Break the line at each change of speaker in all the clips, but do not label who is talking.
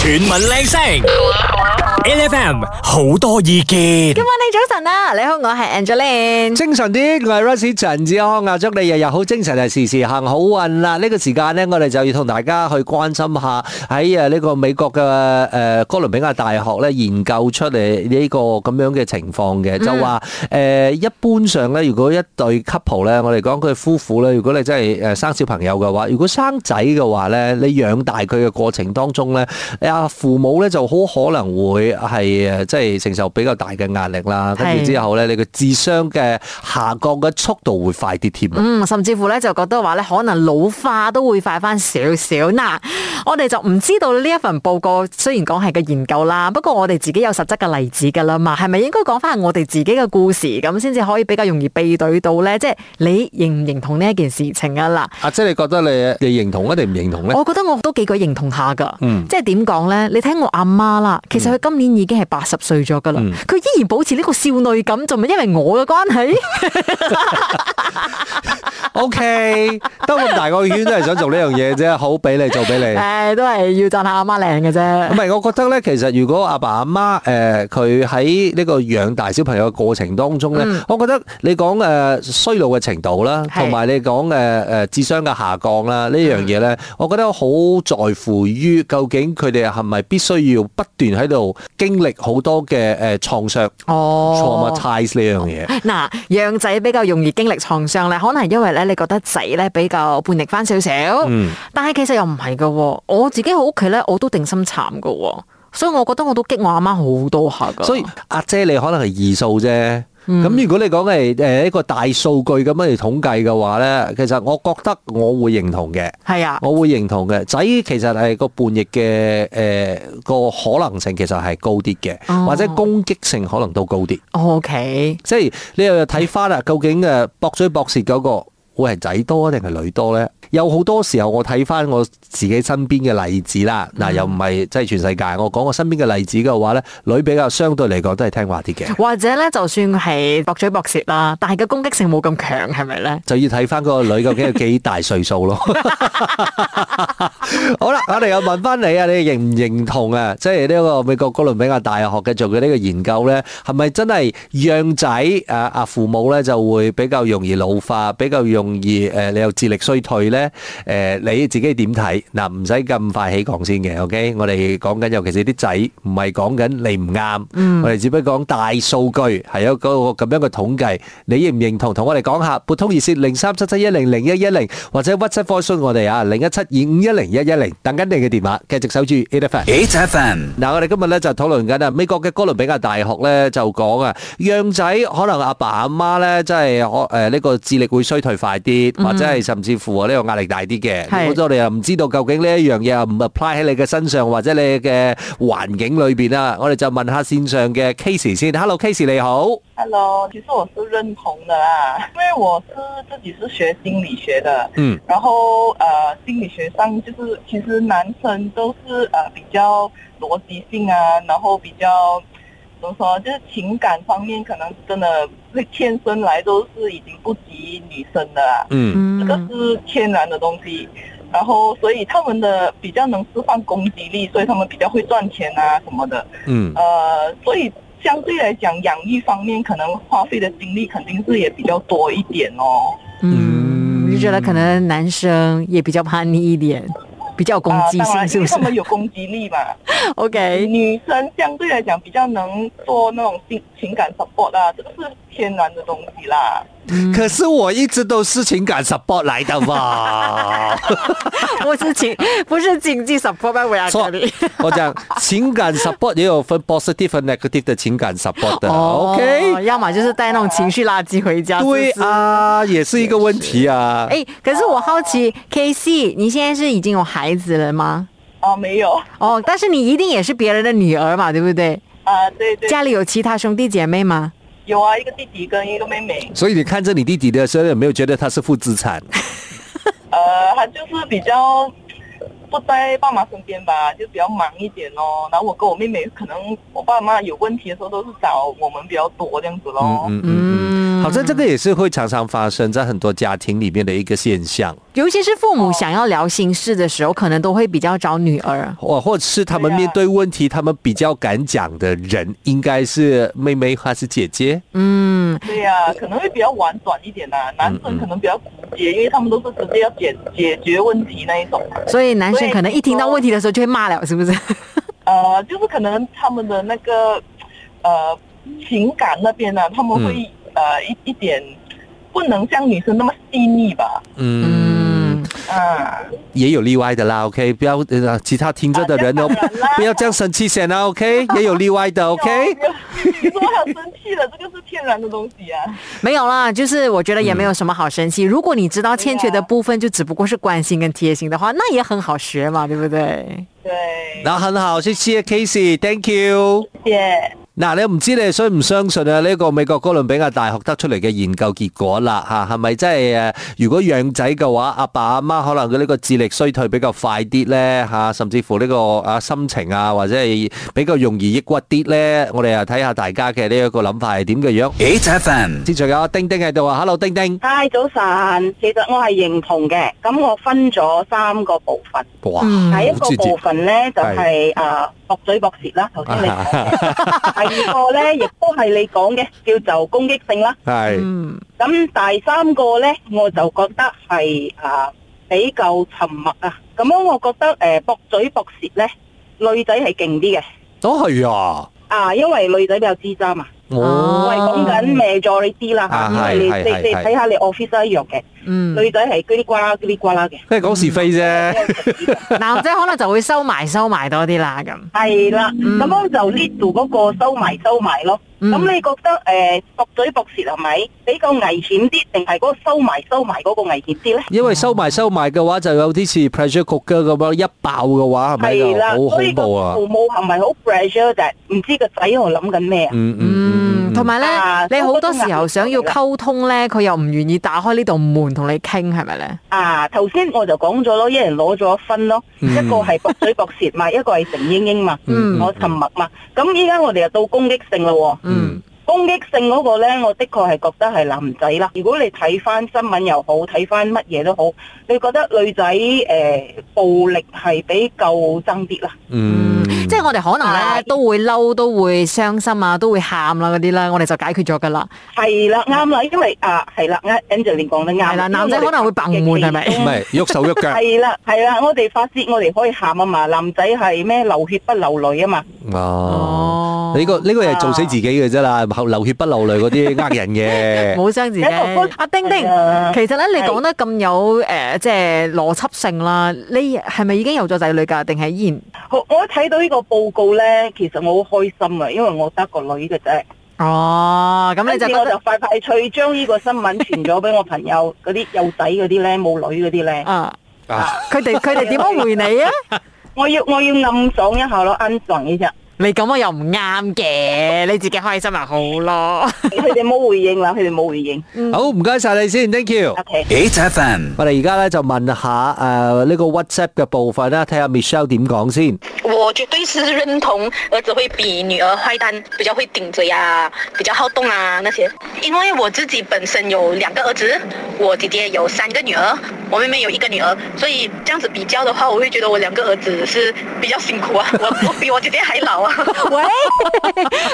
全民靚聲，LFM 好多意見
今。晚你早晨啊，你好，我係 Angeline。
精神啲，我係 Rusty 陳志康啊，祝你日日好精神啊，時時行好運啦！呢、個時間呢，我哋就要同大家去關心下喺誒呢個美國嘅誒、呃哥倫比亞大學咧研究出嚟呢個咁樣嘅情況嘅，就話誒、呃一般上咧，如果一對 couple 咧，我哋講佢夫婦咧，如果你真係誒生小朋友嘅話，如果生仔嘅話咧，你養大佢嘅過程當中咧，你阿父母咧就好可能會係誒即係承受比較大嘅壓力啦，跟住
係
之後。後咧，你個智商嘅下降嘅速度會快啲添啊！
嗯，甚至乎咧就覺得話咧，可能老化都會快翻少少。嗱，我哋就唔知道呢一份報告雖然講係個研究啦，不過我哋自己有實質嘅例子㗎啦嘛，係咪應該講翻我哋自己嘅故事咁，先至可以比較容易避對到咧？即係你認唔認同呢一件事情啊？嗱，
阿姐，你覺得你你認同啊定唔認同 咧？
我覺得我都幾鬼認同下㗎，
嗯
即係點講咧？你睇我阿媽啦，其實佢今年已經係八十歲咗㗎啦，佢、依然保持呢個少女感，就咪因為我嘅關係？
O K，兜咁大個圈都係想做呢樣嘢啫，好俾你做俾你。
誒，都 係要讚下阿媽靚嘅
唔
啫。
係，我覺得咧，其實如果阿爸阿媽誒，佢喺呢個養大小朋友嘅過程當中咧，我覺得你講誒、呃衰老嘅程度啦，
嗯係
同埋你講誒誒智商嘅下降啦，呢樣嘢
嗯
咧，我覺得好在乎於究竟佢哋係咪必須要不斷喺度經歷好多嘅誒創傷。
哦
traumatize 呢樣嘢。
嗱，養仔比較容易經歷創傷咧，可能係因為咧你覺得仔咧比較叛逆翻少少，但係其實又唔係嘅喎。我自己喺屋企咧，我都定心慘嘅喎，所以我覺得我都激我阿媽好多下㗎。
所以阿姐你可能係二數啫。咁如果你講係誒一個大數據咁樣嚟統計嘅話咧，其實我覺得我會認同嘅，
係啊，
我會認同嘅。仔其實係個叛逆嘅誒個可能性其實係高啲嘅，
哦
或者攻擊性可能都高啲。
O K，
即係你又睇翻啦，究竟呃誒駁嘴駁舌嗰個會係仔多定係女多咧？有好多時候我睇翻我自己身邊嘅例子啦，嗱又唔係即係全世界，我講我身邊嘅例子嘅話咧，女比較相對嚟講都係聽話啲嘅，
或者咧就算係駁嘴駁舌啦，但係個攻擊性冇咁強，係咪咧？
就要睇翻嗰個女究竟有幾大歲數咯。好啦，我哋又問翻你啊，你認唔認同啊？即係呢個美國哥倫比亞大學嘅做嘅呢個研究咧，係咪真係養仔啊啊父母咧就會比較容易老化，比較容易誒、呃你有智力衰退咧？誒、你自己點睇？嗱、唔使咁快起講先嘅，OK？我哋講緊尤其是啲仔，唔係講緊你唔啱，我哋只不過講大數據係有嗰個咁樣嘅統計，你認唔認同？同我哋講下，撥通熱線零三七七一零零一一零或者 WhatsApp 科訊我哋啊零一七二五一零一一零，等緊你嘅電話，繼續守住 A F M。
HFM
嗱，我哋今日咧就討論緊啊，美國嘅哥倫比亞大學咧就講啊，養仔可能阿爸阿媽咧，即係可誒呢個智力會衰退快啲，或者係甚至乎啊呢個壓力大啲嘅。
係
咁我哋又唔知道究竟呢一樣嘢唔 apply 喺你嘅身上，或者你嘅環境裏邊啊，我哋就問下線上嘅 Casey 先。Hello，Casey 你好。
Hello，其实我是认同的啦，因为我是自己是学心理学的，
嗯，
然后呃，心理学上就是其实男生都是呃比较逻辑性啊，然后比较怎么说，就是情感方面可能真的会天生来都是已经不及女生的啦，
嗯
这个
嗯，
是天然的东西。然后，所以他们的比较能释放攻击力，所以他们比较会赚钱啊什么的。
嗯
呃，所以相对来讲，养育方面可能花费的精力肯定是也比较多一点哦。
嗯，我就觉得
嗯
可能男生也比较叛逆一点，比较有攻
啊、
击
当然，
性，是不是
因为他们有攻击力嘛。
？O K。
女生相对来讲比较能做那种情情感 support 啊，这个是天然的东西啦。
可是我一直都是情感 support 来的嘛。
不是经不是经济 support 吧，我要这
错
里。，
我讲情感 support 也有分 positive 和 negative 的情感 support 的、o
哦
k
要么就是带那种情绪垃圾回家。
对
是不是。
啊，也是一个问题啊。
哎，可是我好奇，K C，你现在是已经有孩子了吗？
啊，没有
哦，但是你一定也是别人的女儿嘛，对不对？
啊，对对，
家里有其他兄弟姐妹吗？
有啊，一个弟弟跟一个妹妹，
所以你看着你弟弟的时候，有没有觉得他是负资产？
呃，他就是比较不在爸妈身边吧，就比较忙一点哦。然后我跟我妹妹，可能我爸妈有问题的时候都是找我们比较多这样子咯。
嗯嗯嗯。好像这个也是会常常发生在很多家庭里面的一个现象，
尤其是父母想要聊心事的时候，可能都会比较找女儿。
或或者是他们
对啊
面对问题，他们比较敢讲的人，应该是妹妹还是姐姐？
嗯，
对呀、可能会比较婉转一点
嗯
啦、男生可能比较直接，因为他们都是直接要解解决问题那一种。
所以男生可能一听到问题的时候就会骂了，是不是？
呃，就是可能他们的那个呃情感那边呢、他们会、
嗯
呃一一点不能像女生那么细腻吧，
嗯
嗯，
啊，
也有例外的啦，OK，不要呃，其他听着的人哦
啊当然啦，
不要这样生气先啦，OK，也有例外的，OK。
你说他生气了，这个是天然的东西 啊。
没有啦，就是我觉得
嗯
也没有什么好生气。如果你知道欠缺的部分就只不过是关心跟贴心的话，那也很好学嘛，对不对？
对，
那很好，谢谢 Casey，Thank you。
谢谢。
嗱，你唔知你相唔相信啊？呢、個美國哥倫比亞大學得出嚟嘅研究結果啦，嚇係咪真係誒？如果養仔嘅話，阿爸阿媽可能佢呢個智力衰退比較快啲咧嚇，甚至乎呢、個啊心情啊或者係比較容易抑鬱啲咧。我哋啊睇下大家嘅呢一個諗法係點嘅樣。
8FM,
先仲有阿丁丁喺度啊，Hello 丁丁，
嗨，早晨，其實我係認同嘅，咁我分咗三個部分，
哇，
嗯
第一
好
個
直接
部分咧就係誒駁嘴駁舌 啦，頭先你講嘅，第二個咧亦都係你講嘅叫做攻擊性啦，
係
嗯，
咁第三個咧我就覺得係誒比較沉默啊，咁樣我覺得誒駁嘴駁舌咧女仔係勁啲嘅，
都係啊，
啊因為女仔比較知渣嘛。
我
哦
我係講緊 majority 啦
啊
嚇，因為
係
你
係
你
係
你睇下你 office 一樣嘅，
嗯，
女仔係嘰哩呱啦嘰哩呱啦嘅。
即係講是非啫。
男仔可能就會收埋收埋多啲啦，咁。
系啦，
嗯
咁樣就呢度嗰個收埋收埋咯。
嗯
咁你覺得诶，駁嘴駁舌係咪比較危險啲，定係嗰個收埋收埋嗰個危險啲咧？
因為收埋收埋嘅話，就有啲似 pressure cooker 咁樣，一爆嘅話係咪就
係啦，
好
所以
恐
個
怖啊？
父母係咪好 pressure 就係唔知個仔喺度諗緊咩啊？
嗯嗯
嗯，
嗯，
同埋
啊
咧，你好多時候想要
都覺得
溝通咧，佢又唔願意打開呢道門同你傾，係咪咧？
啊，頭先我就講咗咯，一人攞咗一分咯，
嗯
一個係駁嘴駁舌嘛，一個係成英英嘛，
嗯
我沉默嘛。咁依家我哋又到攻擊性啦喎。
嗯
攻擊性嗰個呢，我的確係覺得係男仔啦。如果你睇翻新聞又好，睇翻乜嘢都好，你覺得女仔誒、呃暴力係比較爭啲啦。
嗯
嗯，，
即係我哋可能咧
啊
都會嬲，都會傷心啊，都會喊啦嗰啲啦，我哋就解決咗噶啦。
係啦，啱啦，因為啊，係啦啱，Angeline 講得啱。
係啦，
因為
男仔
我哋
可能會崩門係咪
其
唔係
中
喐手喐腳
係啦，係啦，我哋發泄，我哋可以喊啊嘛。男仔係咩流血不流淚啊嘛。
哦。
哦
呢個呢個係做死自己嘅啫啦，流血不流淚嗰啲呃人嘅。
冇傷自己。
一個
阿丁丁
係，啊
其實咧你講得咁有誒，即係邏輯性啦，你係咪已經有咗仔女㗎？定係依然？
好，我一睇到呢個報告呢，其實我好開心啊，因為我得個女嘅啫。
哦，咁你就
跟
覺
住我就
得
快快脆將呢個新聞傳咗俾我朋友嗰啲幼仔嗰啲咧，冇女嗰啲咧，
啊，
啊
佢 哋佢哋點樣回你啊？
我要我要暗爽一下咯，暗爽一下。
你咁樣又唔啱嘅，你自己開心咪好咯。
佢哋冇回應啦，佢哋冇 回應。
好，唔該晒你先，thank you。
OK，
8FM,
我哋而家咧就問下誒呢個 WhatsApp 嘅部分啦，睇下 Michelle 點講先。
我绝对是认同儿子会比女儿坏蛋，比较会顶嘴啊，比较好动啊那些。因为我自己本身有两个儿子，我姐姐有三个女儿，我妹妹有一个女儿，所以这样子比较的话，我会觉得我两个儿子是比较辛苦啊，我我比我姐姐还老啊。
喂，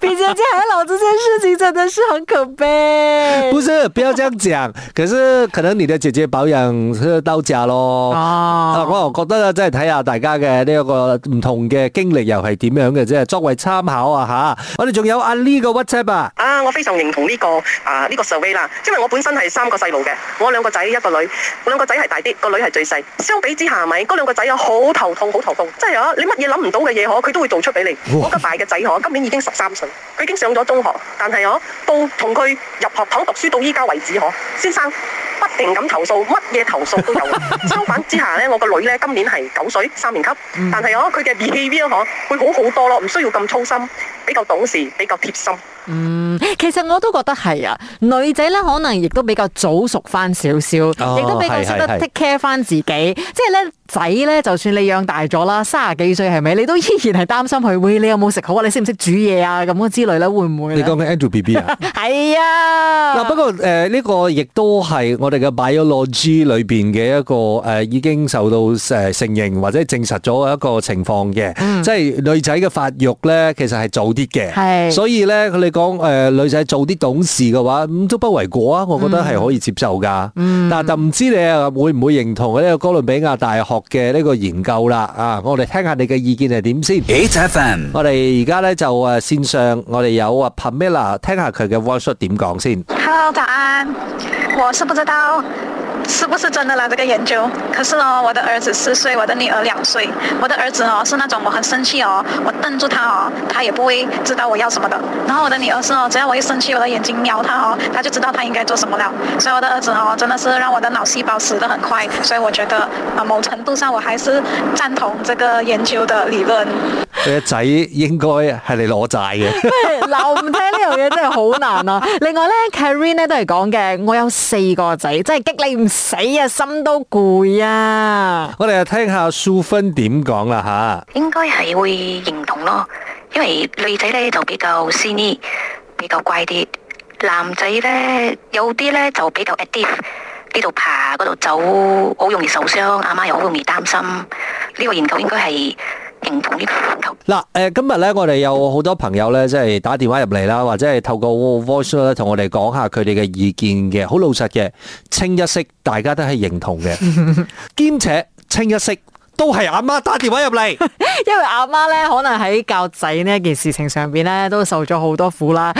比姐姐还老这件事情真的是很可悲。
不是，不要這樣講。可是可能你的姐姐保養是到家咯。啊，
哦，
我又覺得咧，真係睇下大家嘅呢一個唔同嘅經歷又係點樣嘅啫，作為參考啊吓。我哋仲有阿 Lee 個 WhatsApp 啊，
啊，我非常認同呢、個啊呢、個 survey 啦，因為我本身係三個細路嘅，我兩個仔一個女，兩個仔係大啲，個女係最細。相比之下，咪嗰兩個仔啊，好頭痛，好頭痛，真係啊！你乜嘢諗唔到嘅嘢，可佢都會做出俾你。
哇
我個大嘅仔可今年已經十三歲，佢已經上咗中學，但係啊，到同佢入學堂讀書到依家為止，可先生。不停咁投訴，乜嘢投訴都有。相反之下呢，我個女呢，今年係九歲，三年級，但係啊，佢嘅 behaviour 可會好好多咯，唔需要咁操心，比較懂事，比較貼心。
嗯， 其實我都覺得係啊，女仔咧可能亦都比較早熟翻少少，亦、
哦
都比較識得
係係係
take care 翻自己，即係咧仔咧，就算你養大咗啦，三十幾歲係咪？你都依然係擔心佢，喂，你有冇食好啊？你識唔識煮嘢啊？咁之類咧，會唔會
你
呢？
講緊 Andrew B B 啊？
係啊，
嗱，不過誒呢、個亦都係我哋嘅 biology 裏邊嘅一個誒、呃已經受到誒、呃承認或者證實咗嘅一個情況嘅，即係女仔嘅發育咧其實係早啲嘅，
係
所以咧佢哋講誒女仔早啲懂事嘅話，咁、都不為過啊，我覺得係可以接受㗎。但就唔知你啊會唔會認同呢個哥倫比亞大學嘅呢個研究啦？啊，我哋聽下你嘅意見係點先。
8FM,
我哋而家咧就誒線上，我哋有啊 Pamela 聽下佢嘅 voice note 點講先。
Hello，早安。我是不知道是不是真的啦这个研究，可是呢，我的儿子四岁，我的女儿两岁。我的儿子哦是那种我很生气哦，我瞪住他哦，他也不会知道我要什么的。然后我的女儿是哦，只要我一生气，我的眼睛瞄他哦，他就知道他应该做什么了。所以我的儿子哦，真的是让我的脑细胞死得很快。所以我觉得啊、呃某程度上我还是赞同这个研究的理论。
佢嘅仔應該係你攞債嘅，
嗱，我唔聽呢樣嘢真係好難 啊！另外咧，Karen 咧都係講嘅，我有四個仔，真係激你唔死啊，心都攰啊！
我哋又聽下蘇芬點講啦
應該係會認同咯，因為女仔咧就比較 s e 比較乖啲，男仔咧有啲咧就比較 active，呢度爬嗰度走，好容易受傷，阿媽又好容易擔心。呢、個研究應該係認同呢個研究。
吓。嗱，誒今日咧，我哋有好多朋友咧，即係打電話入嚟啦，或者係透過 voice note 咧，同我哋講下佢哋嘅意見嘅，好老實嘅，清一色大家都係認同嘅，兼且清一色都係阿媽打電話入嚟。
因為阿媽咧，可能喺教仔呢一件事情上邊咧，都受咗好多苦 啦。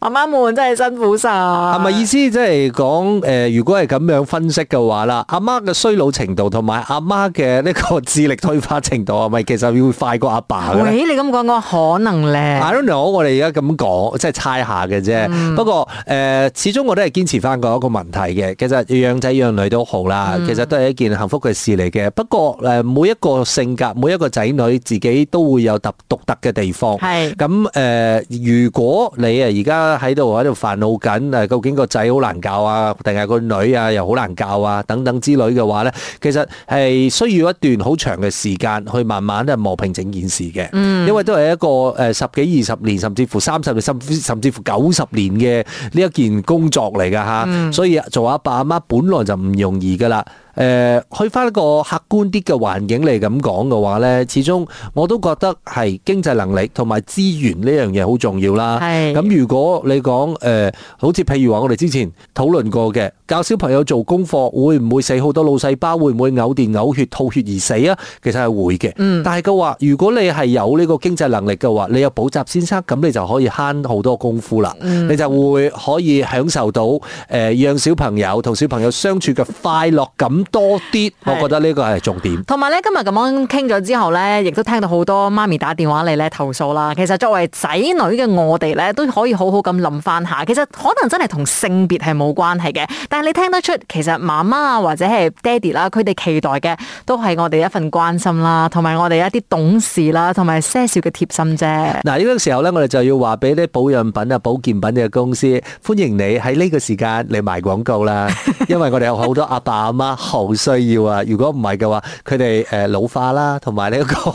媽媽們真係辛苦晒，
係
係
咪意思即係講誒？如果係咁樣分析嘅話啦，阿媽嘅衰老程度同埋阿媽嘅呢個智力退化程度係咪其實要快過阿爸嘅咧？啊
喂，你咁講講可能咧
I，don't know，我哋而家咁講，即係猜下嘅啫。不過誒、呃始終我都係堅持翻嗰一個問題嘅。其實養仔養女都好啦，其實都係一件幸福嘅事嚟嘅。不過誒、呃每一個性格，每一個仔女自己都會有特獨特嘅地方。
係
咁誒、呃如果你啊而家喺度喺度煩惱緊誒，究竟個仔好難教啊，定係個女啊又好難教啊，等等之類嘅話咧，其實係需要一段好長嘅時間去慢慢咧磨平整件事嘅。因為都係一個誒十幾二十年，甚至乎三十年，甚至甚至乎九十年嘅呢一件工作嚟㗎吓。所以啊做阿爸阿媽本來就唔容易㗎啦。誒、去翻一個客觀啲嘅環境嚟咁講嘅話呢，始終我都覺得係經濟能力同埋資源呢樣嘢好重要啦。
係
咁如果你講誒、呃好似譬如話我哋之前討論過嘅，教小朋友做功課會唔會死好多腦細胞？會唔會嘔電嘔血吐血而死啊？其實係會嘅。但係嘅話，如果你係有呢個經濟能力嘅話，你有補習先生，咁你就可以慳好多功夫啦。你就會可以享受到誒、呃、讓小朋友同小朋友相處嘅快樂感多啲。我覺得呢個係重點。
同埋咧，今日咁樣傾咗之後咧，亦都聽到好多媽咪打電話嚟咧投訴啦。其實作為仔女嘅我哋咧，都可以好好咁諗翻下。其實可能真係同性別係冇關係嘅，但係你聽得出，其實媽媽啊或者係爹哋啦，佢哋期待嘅都係我哋一份關心啦，同埋我哋一啲懂事啦，同埋些少嘅貼心啫。
嗱，呢個時候呢，我哋就要話俾啲保養品啊、保健品嘅公司，歡迎你喺呢個時間嚟賣廣告啦。因為我哋有好多阿爸阿媽好需要啊。如果唔係嘅話，佢哋誒老化啦，同埋呢 一個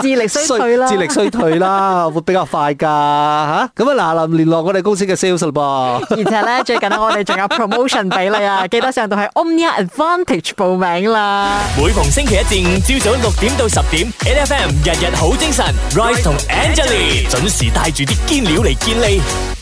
智力衰退啦
智力衰退啦，會比較快㗎嚇。咁啊，嗱臨聯絡我哋公司嘅 sales 啦噃。
而且咧，最近咧我哋仲有 promotion 俾你啊！記得上到去 Omnia Advantage 報名啦。
每逢星期一至五朝早六點到十點，N F M 日日好精神，Rise 同 Angelie 準時帶住啲堅料嚟健利。